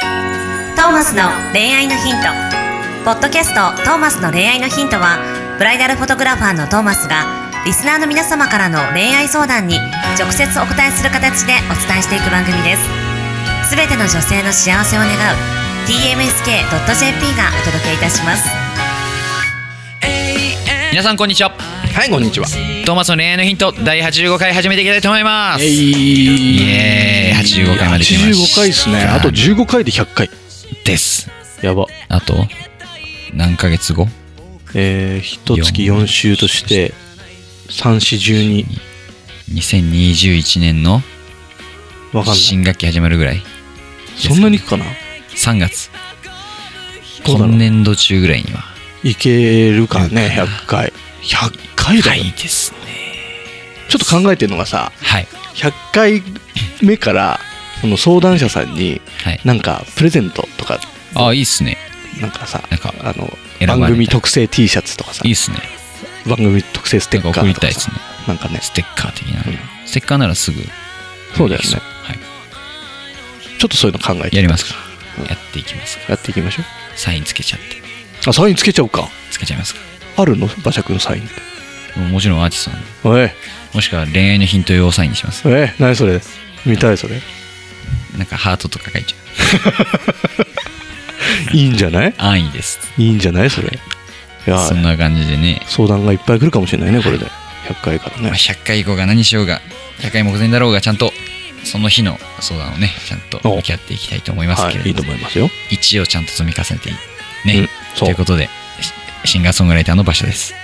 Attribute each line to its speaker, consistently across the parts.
Speaker 1: トーマスの恋愛のヒント」ポッドキャスト「トーマスの恋愛のヒントは」ブライダルフォトグラファーのトーマスがリスナーの皆様からの恋愛相談に直接お答えする形でお伝えしていく番組ですすべての女性の幸せを願う tmsk.jp がお届けいたします
Speaker 2: 皆さんこんにちは
Speaker 3: はいこんにちは
Speaker 2: トーマスの恋愛のヒント第85回始めていきたいと思います
Speaker 3: え
Speaker 2: イ
Speaker 3: い
Speaker 2: エーイ85回まで来まし
Speaker 3: 85
Speaker 2: た
Speaker 3: 回ですねあと15回で100回
Speaker 2: です
Speaker 3: やば
Speaker 2: あと何ヶ月後
Speaker 3: えー、一月4週として3四1に
Speaker 2: 2021年の
Speaker 3: わかんない
Speaker 2: 新学期始まるぐらい
Speaker 3: そんなにいくかな
Speaker 2: 3月
Speaker 3: どうだろう
Speaker 2: 今年度中ぐらいにはい
Speaker 3: けるかね100回100回だよ、
Speaker 2: いですね
Speaker 3: ちょっと考えてるのがさ
Speaker 2: はい
Speaker 3: 100回目からその相談者さんに
Speaker 2: はい
Speaker 3: なんかプレゼントとか
Speaker 2: あいいっすね
Speaker 3: なんかさ
Speaker 2: なんか
Speaker 3: あの
Speaker 2: 選ばれた
Speaker 3: 番組特製 T シャツとかさ
Speaker 2: いいっすね
Speaker 3: 番組特製ステ
Speaker 2: な
Speaker 3: ッ
Speaker 2: ん
Speaker 3: カ
Speaker 2: か
Speaker 3: ーとか
Speaker 2: 送りたい
Speaker 3: さ
Speaker 2: ですね
Speaker 3: なんかね
Speaker 2: ステッカー的な、
Speaker 3: うん
Speaker 2: ステッカーならすぐ
Speaker 3: そうだよね
Speaker 2: はい
Speaker 3: ちょっとそういうの考えて
Speaker 2: やりますか
Speaker 3: うん
Speaker 2: やっていきますか
Speaker 3: やっていきましょ
Speaker 2: サインつけちゃって
Speaker 3: うあサインつけちゃうか
Speaker 2: つけちゃいますか
Speaker 3: あるの馬車君のサインって
Speaker 2: もうもちろんアーティストなんで
Speaker 3: おい
Speaker 2: もしくは恋愛のヒント用サインにします
Speaker 3: え何それ見たいそれ
Speaker 2: なんかハートとか書いちゃ
Speaker 3: いいんじゃないう
Speaker 2: 安易です
Speaker 3: いいんじゃないそれいや
Speaker 2: そんな感じでね、
Speaker 3: 相談がいっぱい来るかもしれないねこれで100回から
Speaker 2: まあ、
Speaker 3: ね
Speaker 2: 100回以降が何しようが100回目前だろうがちゃんとその日の相談をねちゃんと
Speaker 3: お
Speaker 2: 向き合っていきたいと思います
Speaker 3: は
Speaker 2: けれども、
Speaker 3: いいいと思いますよ
Speaker 2: 1をちゃんと積み重ねていい
Speaker 3: うん
Speaker 2: ね、
Speaker 3: そう
Speaker 2: ということでシシンガーソングライターの場所です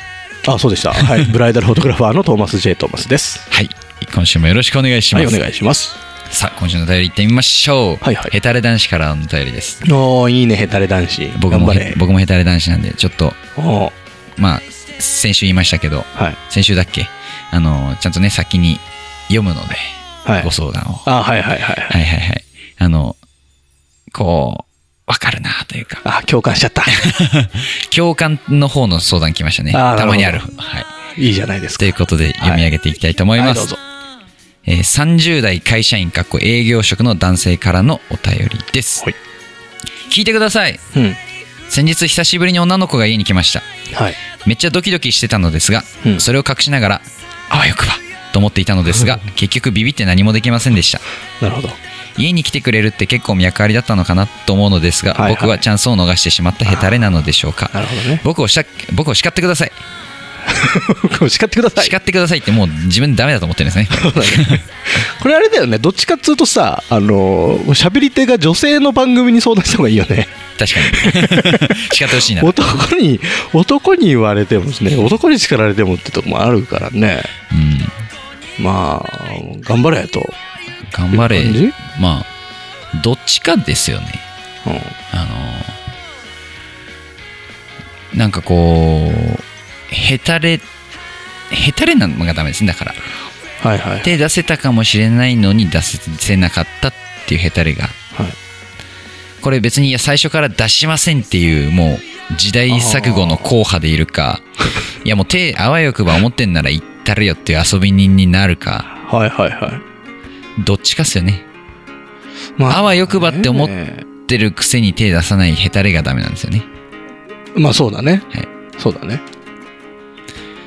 Speaker 3: あそうでした はいブライダルフォトグラファーのトーマス・ジェイ・トーマスです
Speaker 2: はい今週もよろしくお願いしま
Speaker 3: は
Speaker 2: す、
Speaker 3: いお願いします
Speaker 2: さあ今週のお便り行ってみましょう
Speaker 3: はいはい
Speaker 2: ヘタレ男子からのお便りです
Speaker 3: おーいいねヘタレ男子
Speaker 2: 僕
Speaker 3: 頑
Speaker 2: も
Speaker 3: 張
Speaker 2: へ
Speaker 3: れ
Speaker 2: 僕もヘタレ男子なんでちょっと
Speaker 3: おー
Speaker 2: まあ先週言いましたけど
Speaker 3: はい
Speaker 2: 先週だっけあのちゃんとね先に読むので、
Speaker 3: はい
Speaker 2: ご相談をは
Speaker 3: あはいはいはいはい
Speaker 2: いはいはいあのこうわかるなというか
Speaker 3: あ共感しちゃった
Speaker 2: 共感の方の相談来ましたね
Speaker 3: あー
Speaker 2: たまにある
Speaker 3: なる
Speaker 2: はい
Speaker 3: いいじゃないです
Speaker 2: と
Speaker 3: か
Speaker 2: いうことで読み上げていきたいと思います、
Speaker 3: はいどうぞ
Speaker 2: えー30代会社員かっこ営業職の男性からのお便りです、
Speaker 3: はい
Speaker 2: 聞いてください
Speaker 3: うん
Speaker 2: 先日久しぶりに女の子が家に来ました
Speaker 3: はい
Speaker 2: めっちゃドキドキしてたのですが、
Speaker 3: うん
Speaker 2: それを隠しながらあわよくばと思っていたのですが結局ビビって何もできませんでした
Speaker 3: なるほど
Speaker 2: 家に来てくれるって結構脈ありだったのかなと思うのですが、
Speaker 3: はいはい
Speaker 2: 僕はチャンスを逃してしまったヘタレなのでしょうか
Speaker 3: なるほどね
Speaker 2: 僕をした僕を叱ってください、
Speaker 3: 叱ってくださ い
Speaker 2: 叱ってくださいってもう自分ダメだと思ってるんで すね
Speaker 3: これあれだよねどっちかっつうとさあのー喋り手が女性の番組に相談した方がいいよね
Speaker 2: 確かに 叱ってほしいな
Speaker 3: 男に男に言われてもですね男に叱られてもってとこもあるからね
Speaker 2: うん
Speaker 3: まあ頑張れと、
Speaker 2: 頑張れ
Speaker 3: いう感
Speaker 2: まあどっちかですよね
Speaker 3: うん、
Speaker 2: あのなんかこうへたれへたれなのがダメですねだから
Speaker 3: はいはい
Speaker 2: 手出せたかもしれないのに出せなかったっていうへたれが
Speaker 3: はい
Speaker 2: これ別にいや最初から出しませんっていうもう時代錯誤の硬派でいる かいやもう手あわよくば思ってんなら行ったれよっていう遊び人になるか
Speaker 3: はいはいはい
Speaker 2: どっちかっすよね
Speaker 3: ま
Speaker 2: あわよくばって思っ
Speaker 3: ね
Speaker 2: 持ってるくせに手出さないヘタレがダメなんですよね。
Speaker 3: まあそうだね、
Speaker 2: はい
Speaker 3: そうだね、
Speaker 2: だ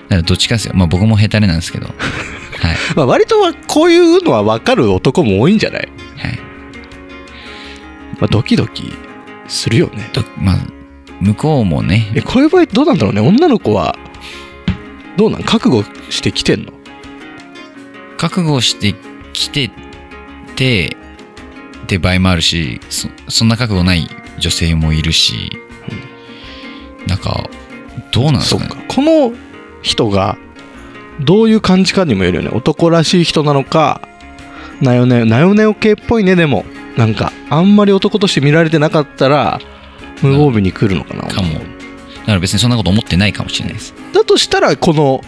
Speaker 2: からどっちかですよ。まあ僕もヘタレなんです けど。はい。
Speaker 3: まあ、割とはこういうのは分かる男も多いんじゃない、
Speaker 2: はい。
Speaker 3: まあ、ドキドキするよね
Speaker 2: とまあ、向こうもね、
Speaker 3: えこういう場合どうなんだろうね女の子はどうなん覚悟してきてんの
Speaker 2: 覚悟してきてて、って場合もあるし、そそんな覚悟ない女性もいるし、なんか、どうなんです
Speaker 3: そ
Speaker 2: か
Speaker 3: っ
Speaker 2: ね
Speaker 3: か。この人がどういう感じかにもよるよね男らしい人なのかなよねなよねお系っぽいねでもなんかあんまり男として見られてなかったら無防備に来るのかな、
Speaker 2: かも。だから別にそんなこと思ってないかもしれないです。
Speaker 3: だとしたらこの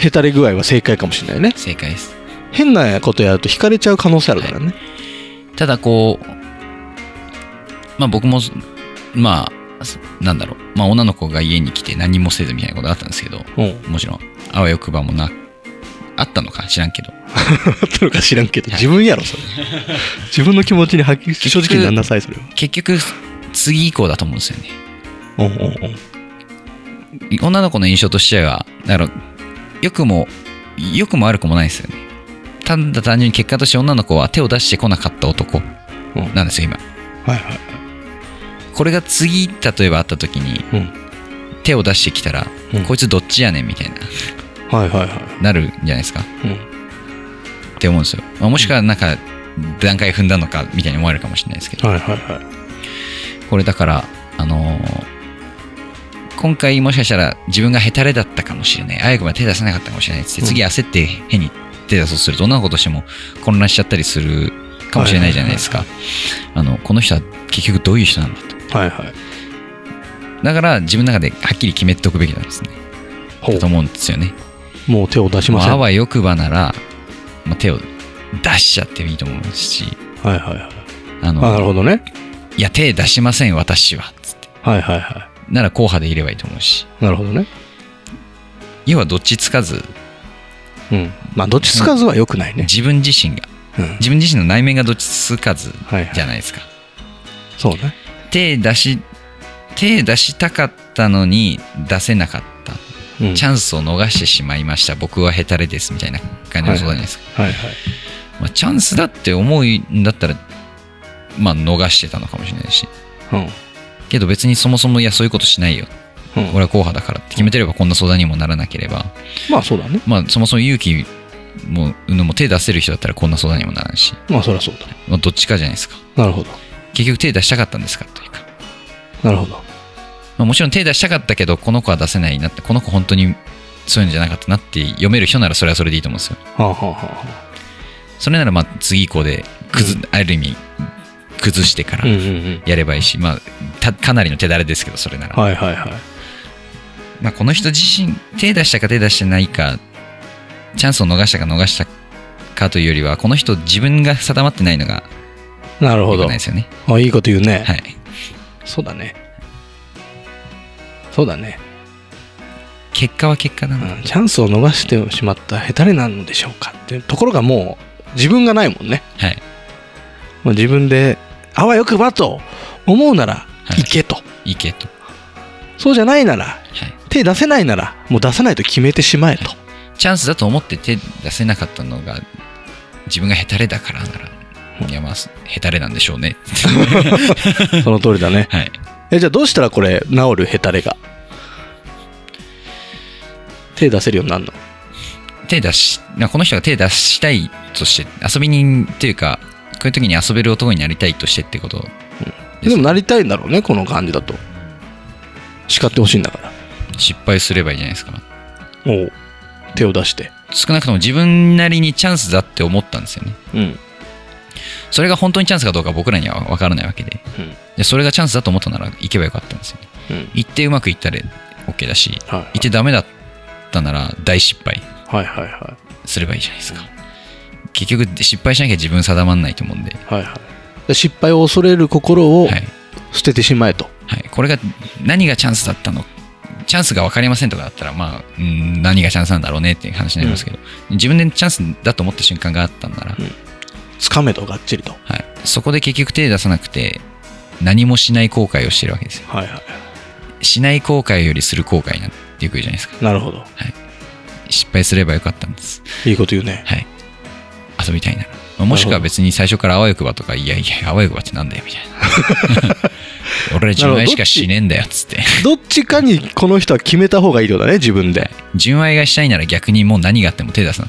Speaker 3: へたれ具合は正解かもしれないね
Speaker 2: 正解です。
Speaker 3: 変なことやると惹かれちゃう可能性あるからね、
Speaker 2: ただこう、まあ僕も、まあ、そなんだろう、まあ女の子が家に来て何もせずみたいなことあったんですけど、
Speaker 3: うん
Speaker 2: もちろん、あわよくばもな、あったのか知らんけど。
Speaker 3: あったのか知らんけど
Speaker 2: はい
Speaker 3: 自分やろそれ自分の気持ちにはっきり正直になんなさいそれは
Speaker 2: 結局、過ぎ以降だと思うんですよね。
Speaker 3: うんうんうん
Speaker 2: 女の子の印象としては、だから、良くも、良くも悪くもないですよね。ただ単純に結果として女の子は手を出してこなかった男
Speaker 3: うん
Speaker 2: なんですよ、今。
Speaker 3: はいはい
Speaker 2: これが次、例えばあった時に、
Speaker 3: うん
Speaker 2: 手を出してきたら、
Speaker 3: うん
Speaker 2: こいつどっちやねんみたいな、
Speaker 3: はいはいは
Speaker 2: なるんじゃないですか。
Speaker 3: いうん
Speaker 2: って思うんですよ。まあ、もしくは、なんか、段階踏んだのかみたいに思われるかもしれないですけど、
Speaker 3: はいはいはい
Speaker 2: これだから、あのー今回もしかしたら自分がヘタレだったかもしれない。あやくまで手出せなかったかもしれないっつって、
Speaker 3: うん
Speaker 2: 次焦って変に手出そうとすると、女の子としても混乱しちゃったりするかもしれないじゃないですか。あの、この人は結局どういう人なんだと。
Speaker 3: はいはい
Speaker 2: だから、自分の中ではっきり決めておくべきなんですね。
Speaker 3: ほ
Speaker 2: だと思うんですよね。
Speaker 3: うもう手を出しま
Speaker 2: ま
Speaker 3: せん
Speaker 2: あ、あ
Speaker 3: はい
Speaker 2: わよくばなら、まあ、手を出しちゃってもいいと思いますし、
Speaker 3: はいはい
Speaker 2: あの、
Speaker 3: あなるほどね
Speaker 2: いや、手出しません、私は。つって
Speaker 3: はいはいは
Speaker 2: なら、硬派でいればいいと思うし。
Speaker 3: いなるほどね
Speaker 2: 要は、どっちつかず、
Speaker 3: うんまあどっちつかずは良くないね
Speaker 2: 自分自身が、
Speaker 3: うん
Speaker 2: 自分自身の内面がどっちつかず
Speaker 3: はいは
Speaker 2: じ
Speaker 3: い
Speaker 2: ゃないですか。
Speaker 3: そうね
Speaker 2: 手出し、手出したかったのに出せなかった。
Speaker 3: うん
Speaker 2: チャンスを逃してしまいました。僕はヘタレです。みたいな感じのそうじゃないですか。
Speaker 3: はいはい
Speaker 2: まあ、チャンスだって思うんだったら、まあ、逃してたのかもしれないし。けど別にそもそも、いや、そういうことしないよ。
Speaker 3: うんうん
Speaker 2: 俺は硬派だからって決めてれば、こんな相談にもならなければ。
Speaker 3: まあそうだね
Speaker 2: まあ、そもそも勇気ものも手出せる人だったらこんな相談にもならんし、
Speaker 3: まあそりゃそうだ
Speaker 2: まあ、どっちかじゃないですか
Speaker 3: なるほど
Speaker 2: 結局手出したかったんですかというか、
Speaker 3: なるほど
Speaker 2: まあ、もちろん手出したかったけどこの子は出せないなってこの子本当にそういうんじゃなかったなって読める人ならそれはそれでいいと思うんですよ
Speaker 3: はあはあはあは
Speaker 2: それならまあ次以降で崩、ある意味崩してか
Speaker 3: あう
Speaker 2: ら
Speaker 3: んうんうん
Speaker 2: やればいいし、まあたかなりの手だれですけどそれなら、
Speaker 3: はいはいはい
Speaker 2: まあ、この人自身手出したか手出してないかチャンスを逃したか逃したかというよりはこの人自分が定まってないのが
Speaker 3: なるほ
Speaker 2: 良くな
Speaker 3: ど
Speaker 2: いですよね
Speaker 3: あいいこと言うね、
Speaker 2: はい
Speaker 3: そうだねそうだね、
Speaker 2: 結果は結果な
Speaker 3: うん
Speaker 2: だ、
Speaker 3: んチャンスを逃してしまった下手れなのでしょうかっていうところがもう自分がないもんね
Speaker 2: はい
Speaker 3: もう自分であわよくばと思うなら
Speaker 2: はい
Speaker 3: 行けと、
Speaker 2: いけと、
Speaker 3: そうじゃないなら
Speaker 2: はい、
Speaker 3: 手出せないならもう出さないと決めてしまえと、
Speaker 2: チャンスだと思って手出せなかったのが自分がヘタレだからならいやまあヘタレなんでしょうね
Speaker 3: その通りだね
Speaker 2: はい
Speaker 3: えじゃあどうしたらこれ治る下手れが手出せるようになるの
Speaker 2: 手出しなこの人が手出したいとして遊び人というかこういう時に遊べる男になりたいとしてってことです
Speaker 3: でもなりたいんだろうねこの感じだと叱ってほしいんだから
Speaker 2: 失敗すればいいじゃないですか
Speaker 3: おう手を出して
Speaker 2: 少なくとも自分なりにチャンスだって思ったんですよね
Speaker 3: うん
Speaker 2: それが本当にチャンスかどうか僕らには分からないわけで
Speaker 3: うん
Speaker 2: でそれがチャンスだと思ったなら行けばよかったんですよね
Speaker 3: うん
Speaker 2: 行ってうまくいったら OK だし
Speaker 3: はい
Speaker 2: てダメだったなら大失敗
Speaker 3: はいはいは
Speaker 2: すればいいじゃないですか結局失敗しなきゃ自分定まんないと思うんで、
Speaker 3: いはいはいで失敗を恐れる心を
Speaker 2: はい
Speaker 3: 捨ててしまえと、
Speaker 2: はい、これが何がチャンスだったのチャンスが分かりませんとかだったらまあうん何がチャンスなんだろうねっていう話になりますけど、自分でチャンスだと思った瞬間があったんなら、
Speaker 3: うんつかめとがっちりと
Speaker 2: はい、そこで結局手出さなくて何もしない後悔をしてるわけですよ
Speaker 3: はいは
Speaker 2: しない後悔よりする後悔になっていくじゃないですか
Speaker 3: いなるほど
Speaker 2: 失敗すればよかったんです
Speaker 3: いいこと言う ね
Speaker 2: はい。遊びたいなら。まあもしくは別に最初からあわよくばとか、いやいや、あわよくばってなんだよ、みたい な。俺ら純愛しかしねえんだよ、つって。
Speaker 3: どっちかにこの人は決めた方がいいようだね自分で
Speaker 2: 純愛がしたいなら逆にもう何があっても手出すな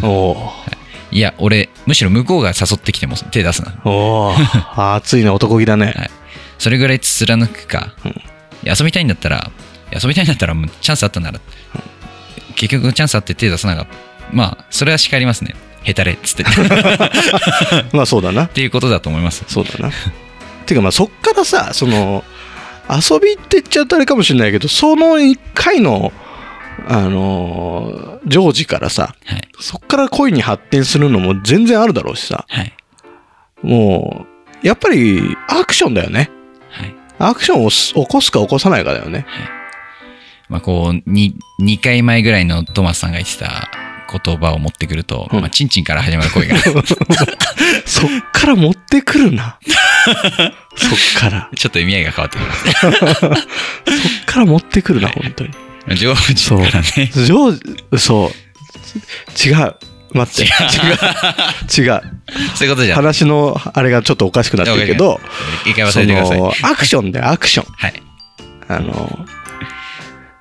Speaker 2: と。
Speaker 3: おー
Speaker 2: いや、俺、むしろ向こうが誘ってきても手出すな。
Speaker 3: おー熱いな男気だ ね
Speaker 2: はい。それぐらい貫くか、
Speaker 3: うん
Speaker 2: 遊びたいんだったら、遊びたいんだったらもうチャンスあったなら、結局チャンスあって手出さなかった。まあ、それは叱りますね。へたれっつって。っ
Speaker 3: まあそうだな
Speaker 2: ていうことだと思います。
Speaker 3: そうだなていうかまあそっからさその遊びって言っちゃうとあれかもしれないけどその1回のあのー、ジョージからさ
Speaker 2: はい。
Speaker 3: そっから恋に発展するのも全然あるだろうしさ
Speaker 2: はい。
Speaker 3: もうやっぱりアクションだよね
Speaker 2: はい。
Speaker 3: アクションをす起こすか起こさないかだよ ね
Speaker 2: まあ、こうに2回前ぐらいのトマスさんが言ってた言葉を持ってくると、
Speaker 3: うん
Speaker 2: まあ、チンチンから始まる恋が
Speaker 3: そっから持ってくるな そっから。
Speaker 2: ちょっと意味合いが変わってきます。
Speaker 3: そっから持ってくるな、
Speaker 2: はい
Speaker 3: 本当に。
Speaker 2: 常時からね。
Speaker 3: ジョージ、そう。ち違う。待って。違う。違う。
Speaker 2: そういうことじゃん。
Speaker 3: 話の あれがちょっとおかしくなってるけど、
Speaker 2: 一回忘
Speaker 3: そ
Speaker 2: れてください。
Speaker 3: の、アクションだよ、アクション。
Speaker 2: はい。
Speaker 3: あの、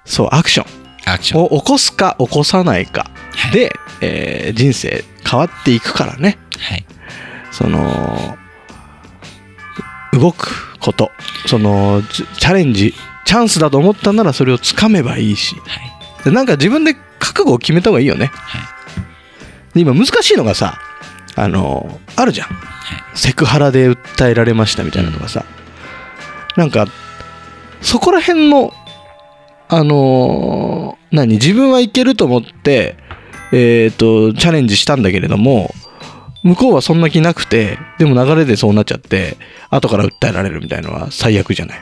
Speaker 3: そう、アクション。
Speaker 2: アクション。
Speaker 3: を起こすか起こさないか
Speaker 2: はい
Speaker 3: で、えー人生変わっていくからね
Speaker 2: はい。
Speaker 3: その動くことそのチチャレンジチャンスだと思ったならそれをつかめばいいし
Speaker 2: はい。
Speaker 3: でなんか自分で覚悟を決めた方がいいよね
Speaker 2: は
Speaker 3: で今難しいのがさあのあるじゃん
Speaker 2: い。
Speaker 3: セクハラで訴えられましたみたいなのがさ、なんかそこら辺のあのー何自分はいけると思ってえっ、とチャレンジしたんだけれども向こうはそんな気なくてでも流れでそうなっちゃって後から訴えられるみたいのは最悪じゃない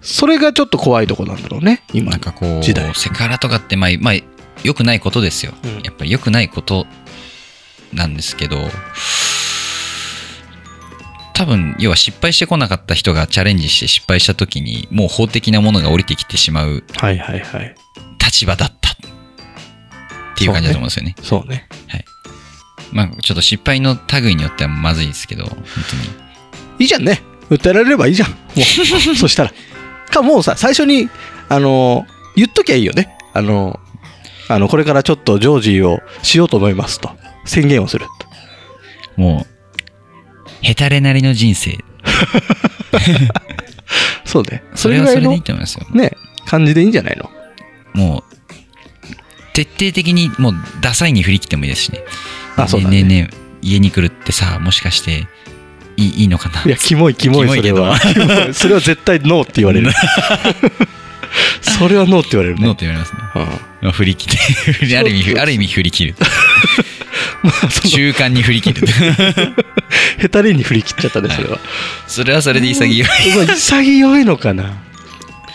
Speaker 3: それがちょっと怖いとこなんだろうね今
Speaker 2: なんかこう、
Speaker 3: 時代
Speaker 2: セクハラとかって、まあ、まあ、良くないことですよ。
Speaker 3: うん
Speaker 2: やっぱり良くないことなんですけど、多分、要は失敗してこなかった人がチャレンジして失敗した時に、もう法的なものが降りてきてしまう
Speaker 3: はいはいはい
Speaker 2: 立場だったっていう感じだと思うんですよね。
Speaker 3: そうね
Speaker 2: まあ、ちょっと失敗の類によってはまずいですけど、本当に。
Speaker 3: いいじゃんね。訴えられればいいじゃん。も うそしたら。か、もうさ、最初に、あのー言っときゃいいよね。あのーあの、これからちょっとジョージをしようと思いますと。宣言をすると。
Speaker 2: もう、へたれなりの人生。
Speaker 3: そうね。そ
Speaker 2: そ
Speaker 3: れ
Speaker 2: れ
Speaker 3: ぐ
Speaker 2: は
Speaker 3: ら
Speaker 2: それ
Speaker 3: い
Speaker 2: で
Speaker 3: の
Speaker 2: いい、と思いますよ。
Speaker 3: ね、感じでいいんじゃないの
Speaker 2: もう、徹底的に、もう、ダサいに振り切ってもいいですしね。
Speaker 3: あそうだ
Speaker 2: ね
Speaker 3: ね
Speaker 2: えねえねえ家に来るってさ、もしかして、いいいいのかない
Speaker 3: や、キモい、キモ
Speaker 2: キ
Speaker 3: い、
Speaker 2: モいけ
Speaker 3: それ
Speaker 2: ど
Speaker 3: は。キモいそれは絶対ノーって言 われる。それはノーって言われる
Speaker 2: ノー
Speaker 3: ね
Speaker 2: っ。て言われますね。
Speaker 3: うん
Speaker 2: まあ振り切 って、ある意
Speaker 3: そう
Speaker 2: 味、ある意味振り 切る。習慣に振り切る。
Speaker 3: へたれに振り切っちゃったね、それは。
Speaker 2: それはそれで潔い。
Speaker 3: まあ潔いのかな。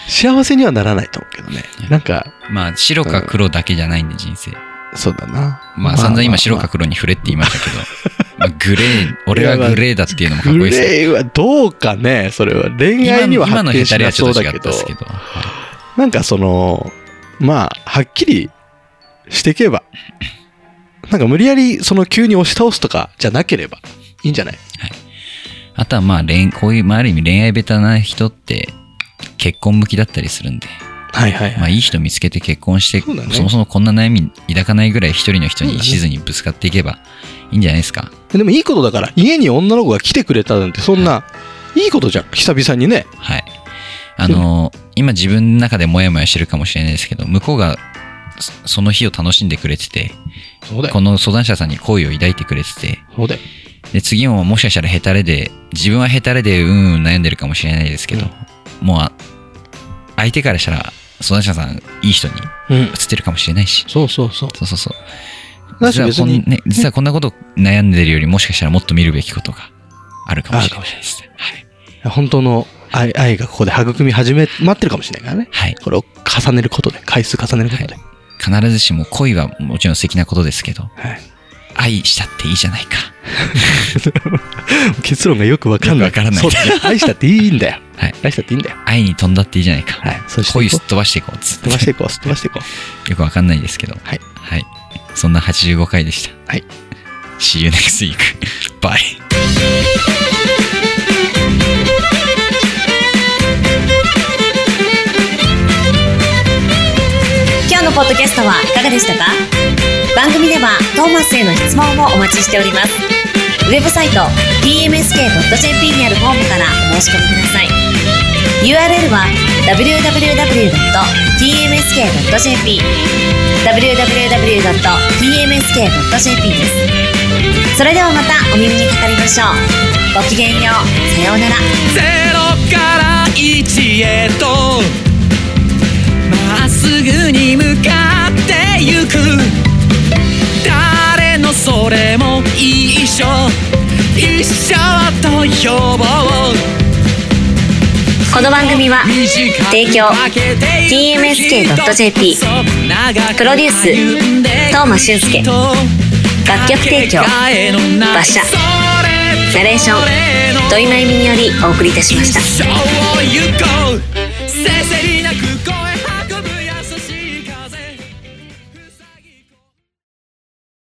Speaker 3: 幸せにはならないと思うけどね。なんか、
Speaker 2: まあ、白か黒だけじゃないんで、人生。
Speaker 3: そうだな。
Speaker 2: まあ、散々今、白か黒に触れって言いましたけど、まあ、グレー、俺はグレーだっていうのもかっこいいです
Speaker 3: グ
Speaker 2: よ
Speaker 3: レーはどうかね、それは。恋愛に
Speaker 2: 今
Speaker 3: は
Speaker 2: 今の
Speaker 3: 発
Speaker 2: ヘ
Speaker 3: 展
Speaker 2: タ
Speaker 3: し
Speaker 2: レはちょっ
Speaker 3: なそう
Speaker 2: と
Speaker 3: だ
Speaker 2: 違
Speaker 3: け
Speaker 2: った
Speaker 3: ど
Speaker 2: で、すけど。
Speaker 3: なんかその、まあ、はっきりしていけば、なんか無理やりその急に押し倒すとかじゃなければいいんじゃない
Speaker 2: あとはまあ恋、こういう、まあ、ある意味恋愛ベタな人って、結婚向きだったりするんで、
Speaker 3: はいはい
Speaker 2: まあ、いい人見つけて結婚して、
Speaker 3: そうだね
Speaker 2: そもそもこんな悩み抱かないぐらい一人の人
Speaker 3: そう
Speaker 2: に
Speaker 3: だね
Speaker 2: しずにぶつかっていけばいいんじゃないですか。
Speaker 3: でもいいことだから、家に女の子が来てくれたなんて、そんな、いいことじゃん、久々にね。
Speaker 2: はい。あのー今自分の中でモヤモヤしてるかもしれないですけど、向こうがそその日を楽しんでくれてて、
Speaker 3: そうだ
Speaker 2: こ。の相談者さんに好意を抱いてくれてて、
Speaker 3: そうだよ。
Speaker 2: で次ももしかしたらヘタレで自分はヘタレでうんうん悩んでるかもしれないですけど、もうあ相手からしたら相談者さんいい人に
Speaker 3: うん。
Speaker 2: 映ってるかもしれないし
Speaker 3: そうそうそう。
Speaker 2: そうそうそう
Speaker 3: だし
Speaker 2: 実は
Speaker 3: 別
Speaker 2: こん
Speaker 3: に、
Speaker 2: ね、実はこんなこと悩んでるよりもしかしたらもっと見るべきことがあるかもしれないですねはい、
Speaker 3: 本当の愛愛がここで育み始め、待ってるかもしれないからね。
Speaker 2: はい
Speaker 3: これを重ねることで、回数重ねることで。
Speaker 2: 必ずしも恋はもちろん素敵なことですけど
Speaker 3: はい
Speaker 2: 愛したっていいじゃないか
Speaker 3: 結論がよくわかんない。
Speaker 2: よくわからない
Speaker 3: そうだね 愛したっていいんだよ。
Speaker 2: はい
Speaker 3: 愛したっていいんだよ。
Speaker 2: 愛に飛んだっていいじゃないか、
Speaker 3: はい。そして
Speaker 2: 恋をす
Speaker 3: す
Speaker 2: っ飛ばしていこうつっ
Speaker 3: 飛ばしていこう、すっ飛ばしていこう。
Speaker 2: よくわかんないですけど。
Speaker 3: はい。
Speaker 2: はい。そんな85回でした。
Speaker 3: はい。
Speaker 2: See you next week. Bye.
Speaker 1: 「今日のポッドキャストはいかがでしたか番組ではトーマスへの質問もお待ちしておりますウェブサイト tmsk.jp にあるフォームからお申し込みください URL は www.tmsk.jp www.tmsk.jp ですそれではまたお耳にかかりましょうごきげんようさようなら
Speaker 4: ゼロから一へとまっすぐに向かってゆく誰のそれも一緒一緒と呼ぼう
Speaker 1: この番組は提供 TMSK.jp プロデュース東間俊介
Speaker 4: 楽
Speaker 1: 楽曲提供馬車ナレーション土井まゆみによりお送りいたしました
Speaker 4: 一生を行こう